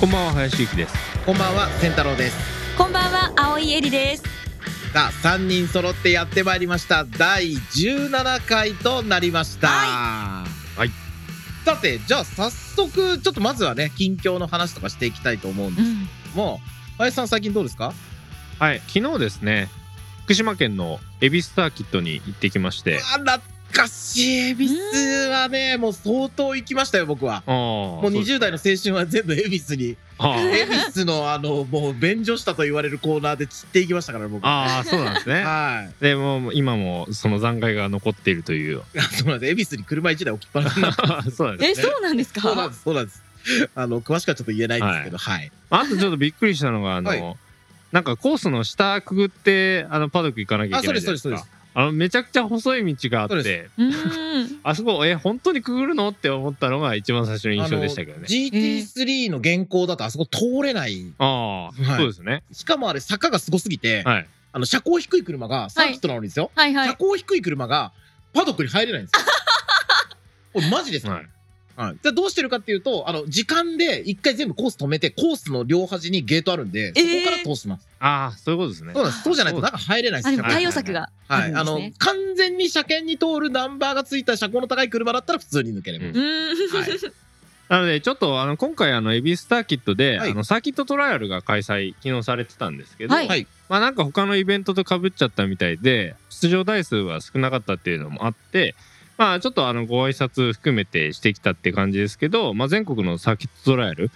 こんばんは林幸ですこんばんは、仙太郎です。こんばんは、青井えりです。さあ、3人揃ってやってまいりました。第17回となりました。はいはい。さて、じゃあ早速、ちょっとまずはね、近況の話とかしていきたいと思うんですん。けども、林さん最近どうですかはい昨日ですね福島県の恵比寿サーキットに行ってきましてあ、懐かしい。恵比寿はね、もう相当行きましたよ、僕は。あももう20代の青春は全部恵比寿 に、あー恵比寿のあの、もう便所したと言われるコーナーで散っていきましたから、僕。は あーそうなんですい。ねあでもう今もその残骸が残っていると いうそうなんです。恵比寿に車1台置きっぱなしになってそうなんですえ、そうなんです か。そうなんです、そうなんです。あの、詳しくはちょっと言えないんですけど、はい。あとちょっとびっくりしたのがあの、はいなんかコースの下くぐってあのパドック行かなきゃいけないじゃないですあそうですそうですかそあのめちゃくちゃ細い道があっそうてうーん。あそこえ本当にくぐるのって思ったのが一番最初の印象でしたけどね GT3 の原稿だとあそこ通れない。ああ、はいそうですねしかもあれ、坂がすごすぎて、はいあの、車高低い車が、サーキットなのにですよ。はいは車い。高低い車が、パドックに入れないんですよ。これマジですか、ははいいじゃあどうしてるかっていうと、あの、時間で一回全部コース止めて、コースの両端にゲートあるんで、そえこーから通します。ああそういうことですねそうなんです。そうじゃないと中入れないんであ、すでよも。対応策があはるんい。であすのね。、完全に車検に通るナンバーがついた車高の高い車だったら普通に抜けれます。うんうーん。はいなのでちょっとあの今回あのエビスターキットで、はいあのサーキットトライアルが開催昨日されてたんですけど、はいはいまあなんか他のイベントとかぶっちゃったみたいで出場台数は少なかったっていうのもあってまあちょっとあのご挨拶含めてしてきたって感じですけど、まあ、全国のサーキットトライアル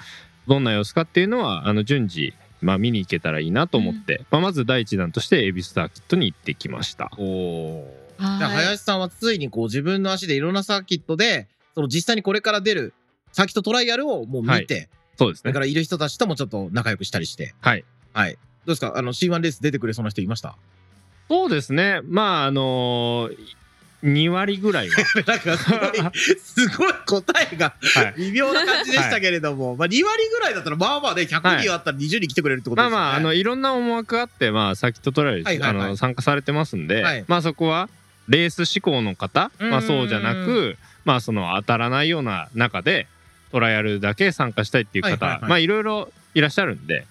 どんな様子かっていうのはあの順次、まあ、見に行けたらいいなと思って、まあ、まず第一弾としてエビスターキットに行ってきました。おはいじゃあ林さんはついにこう自分の足でいろんなサーキットでその実際にこれから出るサーキットトライアルをもう見て、そうですそれねからいる人たちともちょっと仲良くしたりしてはいはいどうですかあの C1 レース出てくれそうな人いました そうですねまああの2割ぐら いは、 なんかすごいすごい答えがはい、微妙な感じでしたけれども、まあ2割ぐらいだったらまあまあね100人あったら20人来てくれるってことまであすよね、まああのいろんな思惑あってまあサーキットトライアル、はいはいはいあの参加されてますんで、はいまあそこはレース志向の方、まうあ、ーんそうじゃなくまあその当たらないような中でトライアルだけ参加したいっていう方、はいはいはいまあいろいろいらっしゃるんで。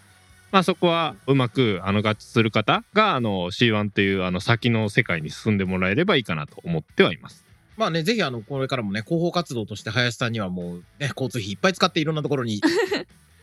まあそこはうまくあの合致する方があの C1 というあの先の世界に進んでもらえればいいかなと思ってはいます。まあね、ぜひあの、これからもね、広報活動として林さんにはもうね、交通費いっぱい使っていろんなところに。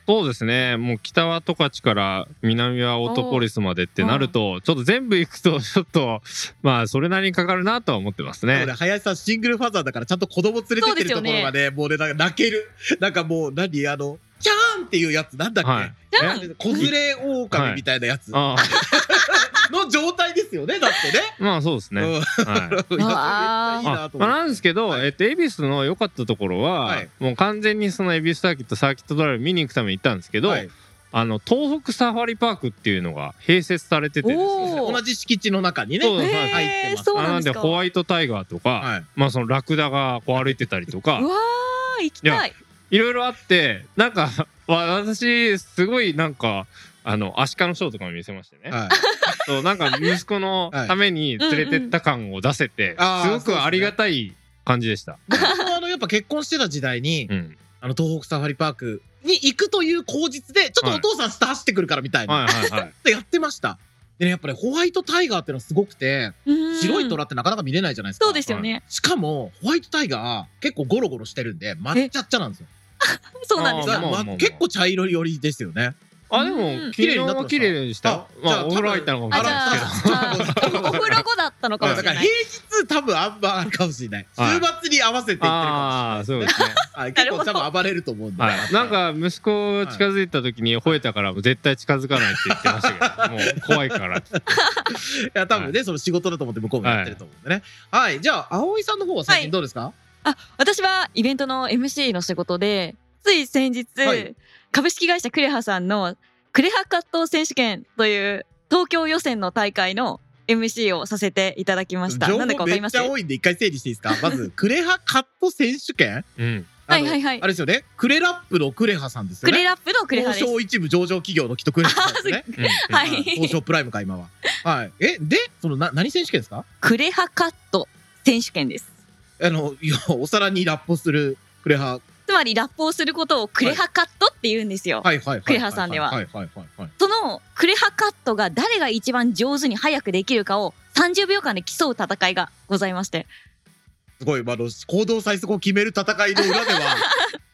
そうですねもう北は十勝から南はオートポリスまでってなるとちょっと全部行くと ちょっとまあそれなりにかかるなとは思ってますねそうね。林さんシングルファザーだからちゃんと子供連れてってるところがね、もうね、なんか泣ける。なんかもう、何あの、キャーンっていうやつ、なんだっけ、はいじゃんえ子連れ狼みたいなやつのあ状態ですよね、だってね。あまあそうですね。うん はい いやそれ絶対いいなあまあ、と思ってなんですけど、はいえっと、恵比寿の良かったところは、はいもう完全にその恵比寿サーキットサーキットドライブ見に行くために行ったんですけど、はいあの東北サファリパークっていうのが併設されててですねおー同じ敷地の中にね、そう入でっすてえーます。そうあななんんでですか。ホワイトタイガーとか、はいまあ、そのラクダがこう歩いてたりと かうわー、行きたい。いろいろあってなんか わ私すごいなんかあのアシカのショーとかも見せましてね、はいそうなんか息子のために連れてった感を出せて、はいうんうんすごくありがたい感じでした。僕もあの、やっぱ結婚してた時代に、うんあの、東北サファリパークに行くという口実で、ちょっとお父さん下走ってくるからみたいな。はいはい はい。ってやってました。でね、やっぱりホワイトタイガーってのはすごくて、うん白い。虎ってなかなか見れないじゃないですか。そうですよね。しかも、ホワイトタイガー結構ゴロゴロしてるんで、抹茶っちゃなんですよ。そうなんですあだーかまよ。あらまあま結構茶色寄りですよね。あでうもん綺麗は綺麗でしたよ。あまじあゃあお風呂入ったのかもしあ、れじないゃですあ、あおお風呂後だったのかもだしかれらな平い。日多分あんまあるかもしれない。週はい末に合わせていっけてど。るかああーそうですね。もしれない。な結るほ構ど多分暴れると思うんで。 はい。なんか息子が近づいた時に吠えたからもう絶対近づかないって言ってましたけど、もう怖いからって。いや、多分ね、その仕事だと思って向こうもやってると思うんでね。はい。じゃあ、葵さんの方は最近どうですかあ、私はイベントの MC の仕事で、つい先日、はい株式会社クレハさんのクレハカット選手権という東京予選の大会の MC をさせていただきました。情なんだか報わかめりまっすちゃ多いんで、一回整理していいですかまず、クレハカット選手権うん。あはのいはいはいあれですよね。クレラップのクレハさんですクよねレ。ラップのクレハ東です。証一部上場企業のきっとクレハさんですね。うんはうんい。東証プライムか、今は。はい。え、で、その、な、何選手権ですかクレハカット選手権です。あの、いやお皿にラップをするクレハ。つまりラップをすることをクレハカットって言うんですよ。はいはいはい。栗原さんでははいはいはいはい。そのクレハカットが誰が一番上手に早くできるかを30秒間で競う戦いがございまして。すごい、まああの、行動最速を決める戦いの裏 では、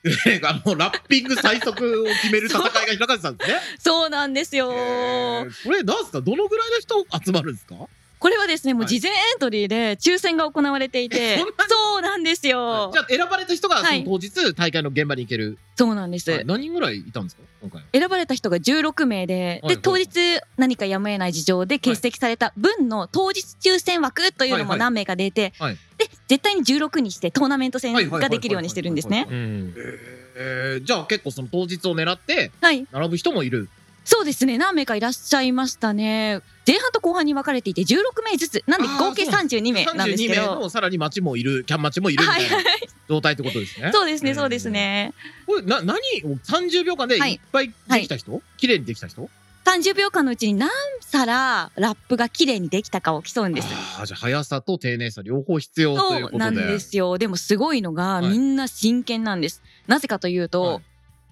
ねあの、ラッピング最速を決める戦いが開かれてたんですね。そうなんですよ。えーこれ、なんすかどのぐらいの人集まるんですかこれはですね、もうはい事前エントリーで抽選が行われていて、えそんなにそうなんですよじ。ゃあ、選ばれた人が、そはいの当日、大会の現場に行ける。そうなんです。はい何人ぐらいいたんですか今回。選ばれた人が16名で、はいで当日何かやむを得ない事情で欠席された分の当日抽選枠というはのもいはい何名か出て、はいで絶対に16にしてトーナメント戦ができるようにしてるんですね。うんえーじゃあ、結構その当日を狙って、はい、並ぶ人もいる。そうですね何名かいらっしゃいましたね前半と後半に分かれていて16名ずつなんであー合計そうな32名なんです32け名どの、さらに町もいる、キャン町もいるみたいな状態ってことですね。そうですうねんそうですねこれ、な、何を30秒間ではいいっぱいできた人綺麗にできた人30秒間のうちに何皿ラップが綺麗にできたかを競うんですああ、じゃあ、速さと丁寧さ、両方必要というこそとうで。なんですよでもすごいのが、はいみんな真剣なんですなぜかというと、はい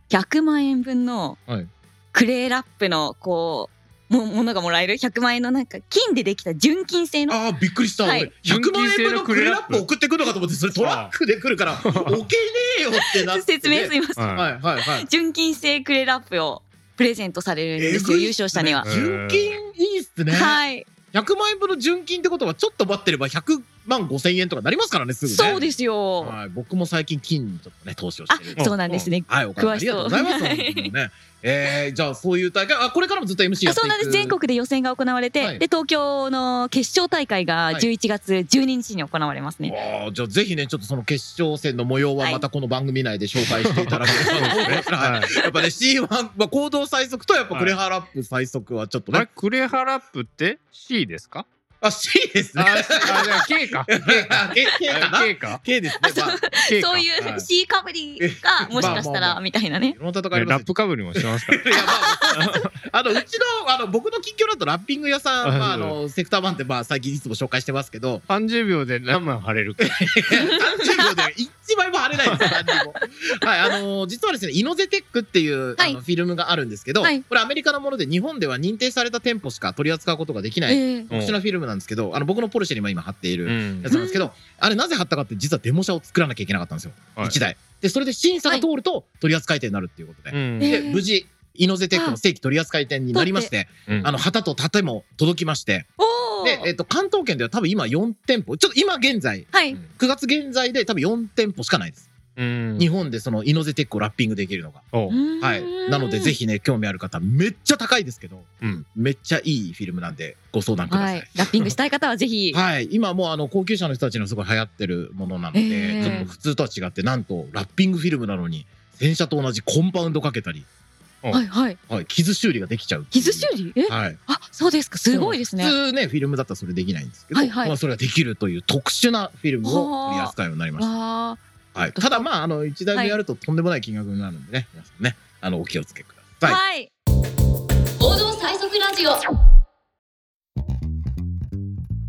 100万円分のはいクレーラップのこうもものがもらえる100万円のなんか金でできた純金製のああ、びっくりした。はい俺100万円分のクレラップ送ってくるのかと思って、それトラックで来るから、置けねえよってなって。説明する。みません、ははいはいはい。純金製クレーラップをプレゼントされるんですえよぐい優勝者には、ね純金いいっすね。はい、 100万円分の純金ってことは、ちょっと待ってれば100万5千円とかなりますからね、すぐね。そうですよ、はい、僕も最近金にちょっとね、投資をしあてる。そうなんですね、はい、お金ありがとうございます。詳しそう本当にね、えー、じゃあそういう大会、あ、これからもずっと MC やあっていく。そうなんです全国で予選が行われて、はいで東京の決勝大会がはい11月12日に行われますね、あーじゃあぜひね、ちょっとその決勝戦の模様はまたこの番組内で紹介していただければと思います。はいはいやっぱね、C1、まあ、行動最速とやっぱクレハラップ最速はちょっとあね。れクレハラップって C ですかあ、C ですあね。あじゃあ K か K か K, K かな K か K ですね。まあ、 K かそうねいはうい C かぶりがもしかしたまあまあまらあみたいなねいろんな戦いありまラすップかぶりもしてますからいやまあ、あのうちのあの僕の近況だとラッピング屋さん、まあ、あのセクター1って、まあ、最近いつも紹介してますけど30秒で何枚貼れるか30秒で一枚も貼れないんですよ、何にも。 はい、あのー実はですね、イノゼテックっていう、はいあのフィルムがあるんですけど、はいこれアメリカのもので、日本では認定された店舗しか取り扱うことができないええ特殊なフィルムなんですけど、あの僕のポルシェにも今貼っているんやつなんですけど、あれなぜ貼ったかって、実はデモ車を作らなきゃいけなかったんですよ、はい1台。で、それで審査が通ると取り扱い店になるっていうことで。うんで、え無事、イノゼテックの正規取り扱い店になりまして、うんあの、旗と盾も届きまして、おおで、えっと、関東圏では多分今4店舗、ちょっと今現在、はい、うん9月現在で多分4店舗しかないです。うん日本でそのイノゼテックをラッピングできるのが。おうはい。なので、ぜひひね、興味ある方、めっちゃ高いですけど、うんめっちゃいいフィルムなんで、ご相談くだはさいい。ラッピングしたい方はぜひはい、今もうあの高級車の人たちのすごい流行ってるものなので、ええちょっと普通とは違ってなんとラッピングフィルムなのに洗車と同じコンパウンドかけたり、はいはいはい、傷修理ができちゃう傷修理え、はい、あそうですかすごいですね普通ねフィルムだったらそれできないんですけど、はいはいまあ、それができるという特殊なフィルムを取り扱いになりましわあた、はい、ただまああの1台目やるととんでもない金額になるんでね皆さんねあのお気をつけください、はい報道最速ラジオ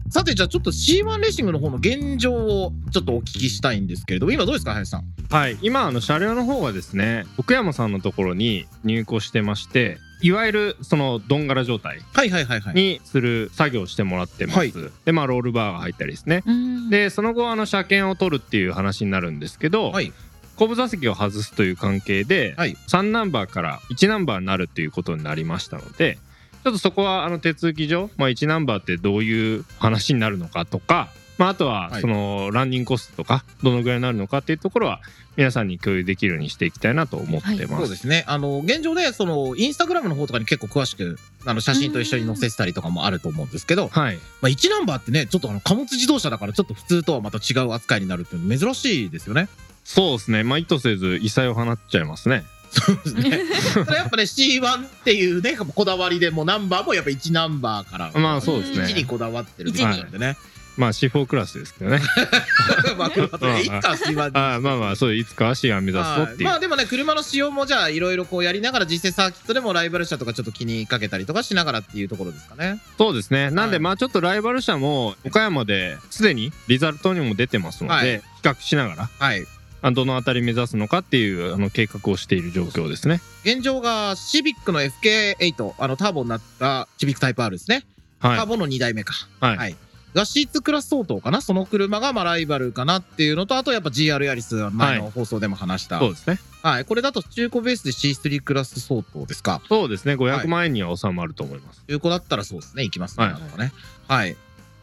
さてじゃあちょっと C1 レーシングの方の現状をちょっとお聞きしたいんですけれども今どうですか林さんはい、今あの車両の方がですね奥山さんのところに入庫してましていわゆるそのどんがら状態はいはいはいはいにする作業をしてもらってます、はいでまあロールバーが入ったりですねうん でその後あの車検を取るっていう話になるんですけど、はい後部座席を外すという関係で、はい3ナンバーから1ナンバーになるということになりましたのでちょっとそこはあの手続き上、まあ、1ナンバーってどういう話になるのかとか、まあ、あとははいそのランニングコストとかどのぐらいになるのかっていうところは皆さんに共有できるようにしていきたいなと思ってまそうす。ですね。あの、現状で、その、インスタグラムの方とかに結構詳しく、あの、写真と一緒に載せてたりとかもあると思うんですけど、はい、まあ、1ナンバーってね、ちょっとあの、貨物自動車だから、ちょっと普通とはまた違う扱いになるっていうの珍しいですよ ね。そうですね、まあ、意図せず異彩を放っちゃいますね。それやっぱね、C1 っていうね、こだわりで、もうナンバーもやっぱ1ナンバーから、まあそうですね1にこだわってる一みにたいなんでね。まあ C4 クラスですけ どね。まあ、車とね、いつか C1 に。ああまあまあそういつか足が目指すぞっていう。まあでもね車の使用もじゃあいろいろこうやりながら実際サーキットでもライバル車とかちょっと気にかけたりとかしながらっていうところですかねそうですね。なんで、まあちょっとライバル社も岡山ですでにリザルトにも出てますので、はい比較しながらはいああどの辺り目指すのかっていうあの計画をしている状況ですね。現状がシビックの SK8、あのターボになったシビックタイプ R ですね。ターはボの2代目か。い、はいはいが C2 クラス相当かなその車がまあライバルかなっていうのと、あとやっぱ GR ヤリス、前の放送でも話した。そうですねはい、これだと中古ベースで C3 クラス相当ですか。そうですねは500い万円には収まると思います。中古だったらそうですね、いきますね。はいなのがねはい、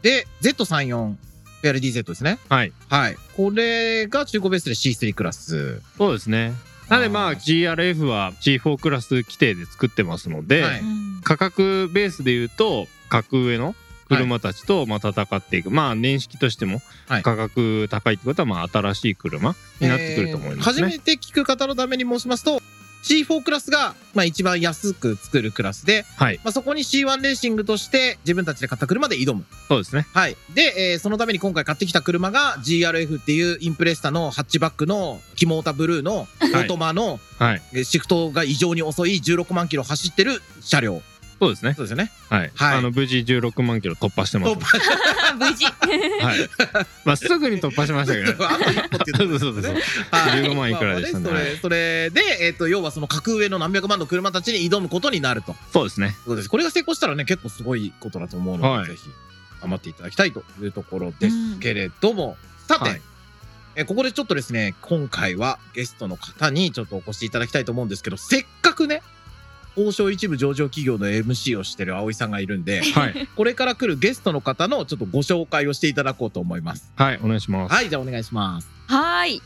で、Z34、PRDZ ですね。はい、はい。これが中古ベースで C3 クラス。そうですねなのでまああ GRF は G4 クラス規定で作ってますので、はい うん価格ベースで言うと格上の車たちとまあ戦っていく、まあ年式としてもはい価格高いってことはまあ新しい車になってくると思いますえーね。初めて聞く方のために申しますと、C4 クラスが、まあ、一番安く作るクラスで、はいまあ、そこに C1 レーシングとして自分たちで買った車で挑む。そうですねはい。で、えーそのために今回買ってきた車が GRF っていうインプレッサのハッチバックのキモータブルーのオートマのはいえーシフトが異常に遅い16万キロ走ってる車両。そうですねそうですよね。はい、はいあの無事16万キロ突破してますとんで、無事はい まあ、すぐに突破し ましたけどあと一歩っていそうとこうろそうそうですそうね。はい15万いくらでしたねまあまあねそれそれで、えっ、と、要はその格上の何百万の車たちに挑むことになると。そうですねそうです。これが成功したらね、結構すごいことだと思うので、はいぜひ、頑張っていただきたいというところですけれども、さて、はいえーここでちょっとですね、今回はゲストの方にちょっとお越しいただきたいと思うんですけど、せっかくね、王将一部上場企業の MC をしてる葵さんがいる んで、はいこれから来るゲストの方のちょっとご紹介をしていただこうと思います。はいお願いしますはい、じゃあお願いします。はーい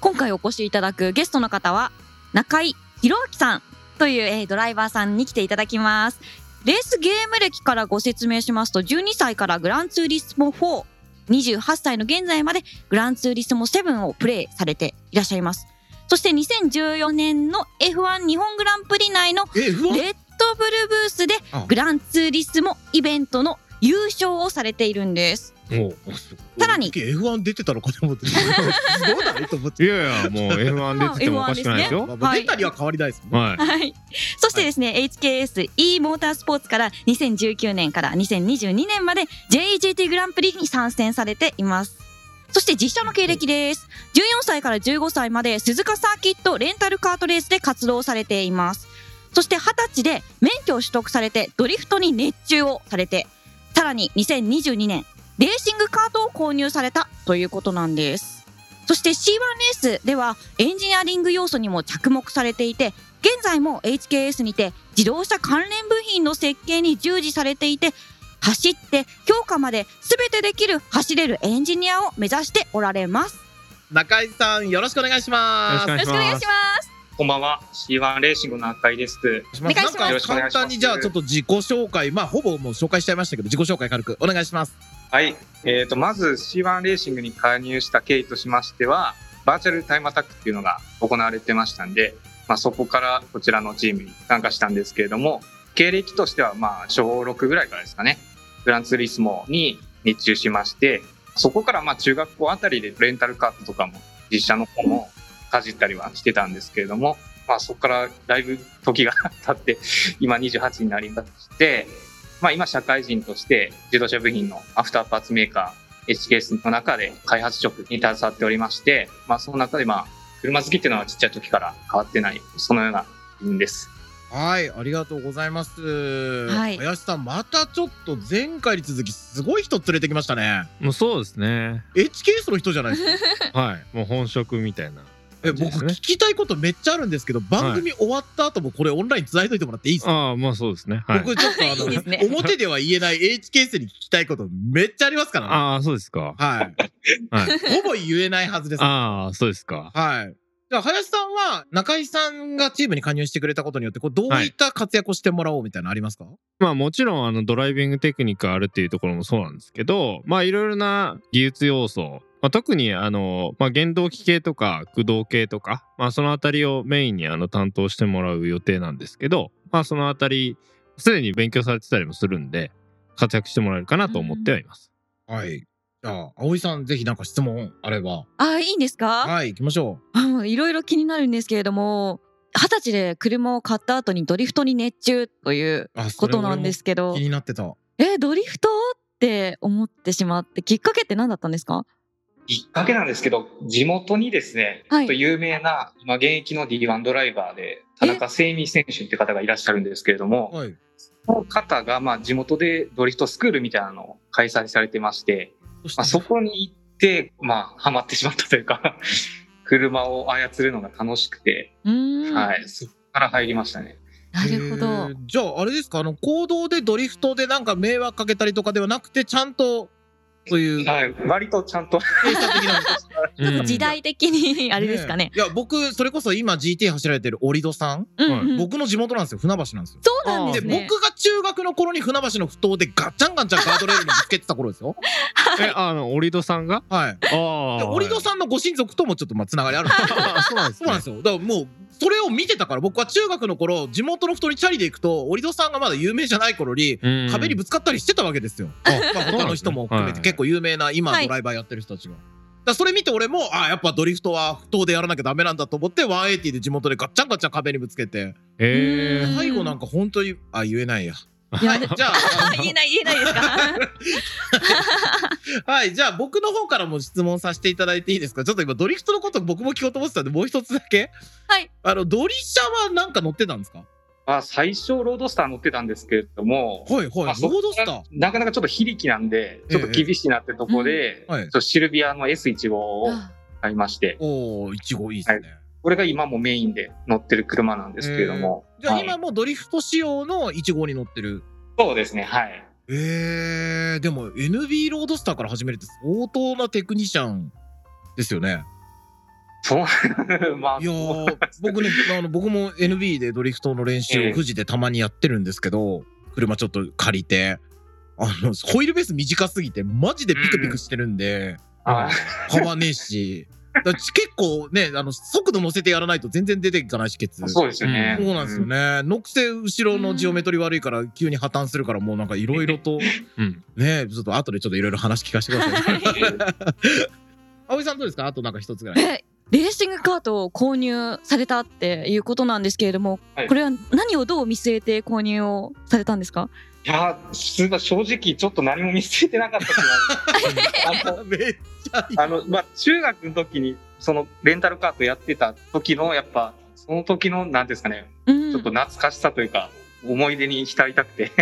今回お越しいただくゲストの方は中井宏明さんという、えードライバーさんに来ていただきますレースゲーム歴からご説明しますと12歳からグランツーリスモ4 28歳の現在までグランツーリスモ7をプレイされていらっしゃいますそして2014年の F1 日本グランプリ内のえ、不レッドブルブースでグランツーリスモイベントの優勝をされているんですもさらに F1 出てたのかと 思ってすごいなと思っうていやいやもう F1 出 ててもおかしくないですよまあまあはい出たりは変わりないですもんねはいはい、そしてですね、HKSe モータースポーツから2019年から2022年まで JEGT グランプリに参戦されていますそして実車の経歴です14歳から15歳まで鈴鹿サーキットレンタルカートレースで活動されていますそして20歳で免許を取得されてドリフトに熱中をされてさらに2022年レーシングカートを購入されたということなんですそして C1 レースではエンジニアリング要素にも着目されていて現在も HKS にて自動車関連部品の設計に従事されていて走って強化まで全てできる走れるエンジニアを目指しておられます中井さんよろしくお願いします。よよろしろしくくおお願願いいししこんばんは。C1 レーシングの赤井です。お願いしますお願ないんしますか簡単にじゃあちょっと自己紹介まあほぼもう紹介しちゃいましたけど自己紹介軽くお願いしますはい。えっ、と、まず C1 レーシングに加入した経緯としましては、バーチャルタイムアタックっていうのが行われてましたんで、まあ、そこからこちらのチームに参加したんですけれども、経歴としては、まあ、小6ぐらいからですかね、グランツーリスモに日中しまして、そこからまあ中学校あたりでレンタルカートとかも実車の方もかじったりはしてたんですけれども、まあ、そこからだいぶ時が経って今28になりまして、まあ、今社会人として自動車部品のアフターパーツメーカー HKS の中で開発職に携わっておりまして、まあ、その中でまあ車好きっていうのはちっちゃい時から変わってないそのような部品です。はいありがとうございます、はい林さんまたちょっと前回に続きすごい人連れてきましたねもうそうですね HKS の人じゃないですかはいもう本職みたいなえ感じで僕すね聞きたいことめっちゃあるんですけど番組終わった後もこれオンライン伝えといてもらっていいですか、ああまあそうですねはい僕ちょっとあのいいですね表では言えない HKS に聞きたいことめっちゃありますからねああそうですかはい。はいほぼ言えないはずです。はああそうですかい。じゃあ、林さんは、中井さんがチームに加入してくれたことによって、こうどうはいいった活躍をしてもらおうみたいなのありますか、まあもちろんあのドライビングテクニックあるっていうところもそうなんですけどまあいろいろな技術要素、まあ、特にあの、まあ、原動機系とか駆動系とか、まあ、そのあたりをメインにあの担当してもらう予定なんですけどまあそのあたりすでに勉強されてたりもするんで活躍してもらえるかなと思ってはいます。はい。じゃあ、葵さん、ぜひなんか質問あれば。あいいんですかはい、行きましょあいろいろ気になるんですけれども二十歳で車を買った後にドリフトに熱中というう。あ、そこれとなんですけ俺ども気になってた。えドリフトって思ってしまってきっかけって何だったんですかきっかけなんですけど、地元にですね、はいちょっと有名な、今現役の D1 ドライバーで、田中聖美選手って方がいらっしゃるんですけれども、はい。その方が、まあ、地元でドリフトスクールみたいなのを開催されてまして、まあ、そこに行って、まあ、ハマってしまったというか、 車を操るのが楽しくて、うーん、はい、そこから入りましたね。なるほへどー。じゃああれですかあの行動でドリフトでなんか迷惑かけたりとかではなくてちゃんとそういうはい、割とちゃんと、 閉鎖的なちょっと時代的にあれですかね。えいや僕それこそ今 GT 走られてる折戸さん、うんはいうん僕の地元なんですよ船橋なんですよ。そうなんでですね。僕が中学の頃に船橋の不当でガッチャンガッチャンガードレールにぶつけてた頃ですよ。えあの折戸さんがはい。あであ折戸さんのご親族ともちょっとまあつながりある んですけどそうなんですそうなんですよ。だからもうそれを見てたから僕は中学の頃地元の不当にチャリで行くと折戸さんがまだ有名じゃない頃にうん壁にぶつかったりしてたわけですよ。まあ、 他の人も含めて結構有名な今はいドライバーやってる人たちが。だからそれ見て俺もああやっぱドリフトは不当でやらなきゃダメなんだと思って180で地元でガッチャンガッチャン壁にぶつけてへうんえ最後なんか本当にあ言えないや。 いやはいじゃあ 言えない言えないですか。 あのはいじゃあ僕の方からも質問させていただいていいですかちょっと今ドリフトのこと僕も聞こうと思ってたんでもう一つだけはいあのドリシャはなんか乗ってたんですかまあ、最初、ロードスター乗ってたんですけれども、はいはいまロあそードスターなかなかちょっと非力なんで、ちょっと厳しいなってとこで、うんはいちょっとシルビアの S15 を買いまして、おおいちごいいですね、これが今もメインで乗ってる車なんですけれども。じゃあはい今もドリフト仕様の1号に乗ってるそうですね、はい。えー、でも NB ロードスターから始めるって相当なテクニシャンですよね。そう、 まあ、いやー僕ねあの僕も NB でドリフトの練習えをえ富士でたまにやってるんですけど車ちょっと借りてあのホイールベース短すぎてマジでピクピクしてるんではい幅ねえしだから結構ねあの速度乗せてやらないと全然出ていかないしケツ。そうですよね。そうなんですよね。ノックセ後ろのジオメトリ悪いから急に破綻するからもうなんかいろいろとうんねちょっと後でちょっといろいろ話聞かせてくだ さい。葵さんどうですかあとなんか一つぐらい。え レーシングカートを購入されたっていうことなんですけれども、はいこれは何をどう見据えて購入をされたんですかいやー、実は正直、ちょっと何も見つけてなかった 気がしますあのめっちゃいい。あの、まあ、中学の時に、その、レンタルカートやってた時の、やっぱ、その時の、なんですかね、うんちょっと懐かしさというか、思い出に浸りたくて、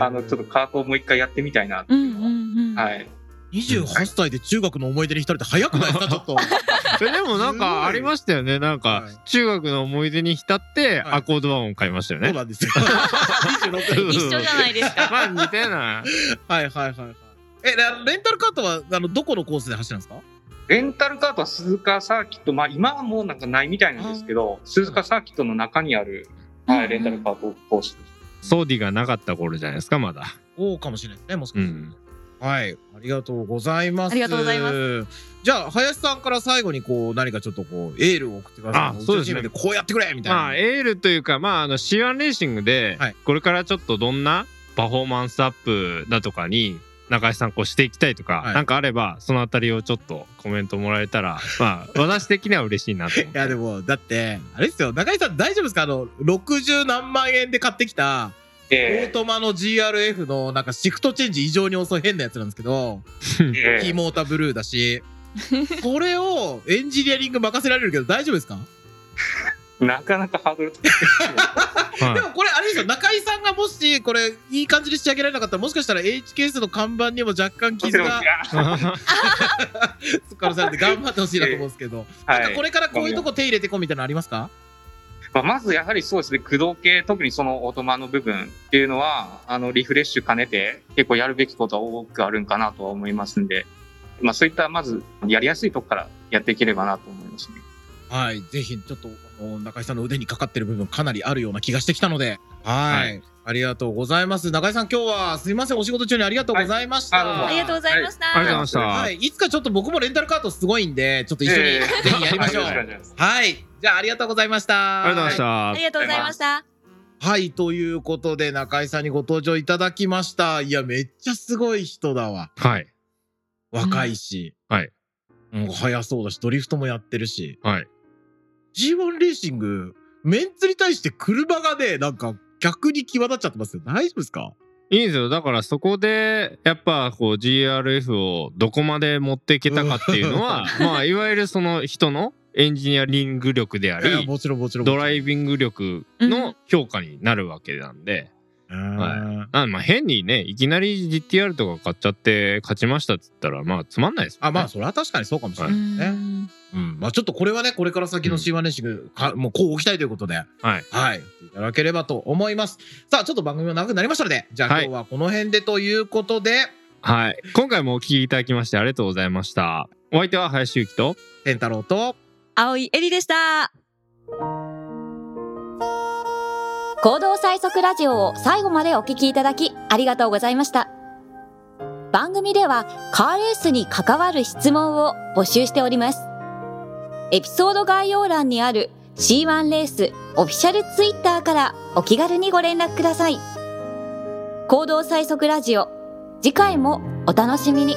あの、ちょっとカートをもう一回やってみたいな。うんうんうん、はい。 28歳で中学の思い出に浸れて早くないですかちょっと。えでもなんかありましたよねなんかはい中学の思い出に浸ってはいアコードワンを買いましたよそうねなんですよ。26歳。 一緒じゃないですか まあ似たようなはいはいはいはい。えレレンタルカートはあのどこのコースで走るんですか？レンタルカートは鈴鹿サーキット、まあ、今はもうなんかないみたいなんですけど、鈴鹿サーキットの中にある、はい、レンタルカートコースです。ソーディがなかった頃じゃないですかまだおおかもしれないですねもしかうして。んはい、ありがとうございます。。ありがとうございますじゃあ林さんから最後にこう何かちょっとこうエールを送ってください。あそうですねうちのチームこうやってくれみたいな。まあエールというかまああの C1 レーシングではいこれからちょっとどんなパフォーマンスアップだとかに中井さんこうしていきたいとか、はいなんかあればそのあたりをちょっとコメントもらえた らまあ私的には嬉しいなと思っいてやでもだってあれですよ中井さん大丈夫ですかあの60何万円で買ってきたオーえトマの GRF のなんかシフトチェンジ異常に遅い変なやつなんですけどええキーえモーターブルーだしそれをエンジニアリング任せられるけど大丈夫ですかなかなかハードル高いで すねはい でもこれあれですよ中井さんがもしこれいい感じに仕上げられなかったらもしかしたら HKS の看板にも若干も傷ちろんがつく可能性あるんで頑張ってほしいなと思うんですけど、なんはかいこれからこういうとこ手入れてこうみたいなのありますかまあ、まずやはりそうですね、駆動系、特にそのオートマの部分っていうのは、あのリフレッシュ兼ねて、結構やるべきことは多くあるんかなとは思いますんで、まあ、そういったまずやりやすいとこからやっていければなと思いますね。はいぜひちょっとあの中井さんの腕にかかってる部分かなりあるような気がしてきたのではいはありがとうございます中井さん今日はすいませんお仕事中にありがとうございました、はいあどうもありがとうございました、ありがとうございました、はい、いつかちょっと僕もレンタルカートすごいんでちょっと一緒にえぜえひやりましょう、はいよろしくお願いしますはいじゃあありがとうございましたありがとうございました、ありがとうございましたはい、ということで中井さんにご登場いただきました。いや、めっちゃすごい人だわ。はい若いし。うんはいうん。速そうだし、ドリフトもやってるし。はい。 G1 レーシング、メンツに対して車がね、なんか逆に際立っちゃってますよ。大丈夫ですかいいいんですよだからそこでやっぱこう GRF をどこまで持っていけたかっていうのは まあいわゆるその人のエンジニアリング力であいやりもちろんもちろん。ドライビング力の評価になるわけなんで、うんはあまあ変にねいきなり GTR とか買っちゃって勝ちましたっつったらまあつまんないですもあんねまあそれは確かにそうかもしれうないですね。んうん、まあちょっとこれはねこれから先の C1 レーシングか、もうこう置きたいということで、はいはいやっていただければと思います。さあちょっと番組も長くなりましたので、じゃあ今はい日はこの辺でということで、はい今回もお聞きいただきましてありがとうございましたお相手は林幸と天太郎と青いエリでした。行動最速ラジオを最後までお聞きいただきありがとうございました番組ではカーレースに関わる質問を募集しておりますエピソード概要欄にある C1 レースオフィシャルツイッターからお気軽にご連絡ください行動最速ラジオ次回もお楽しみに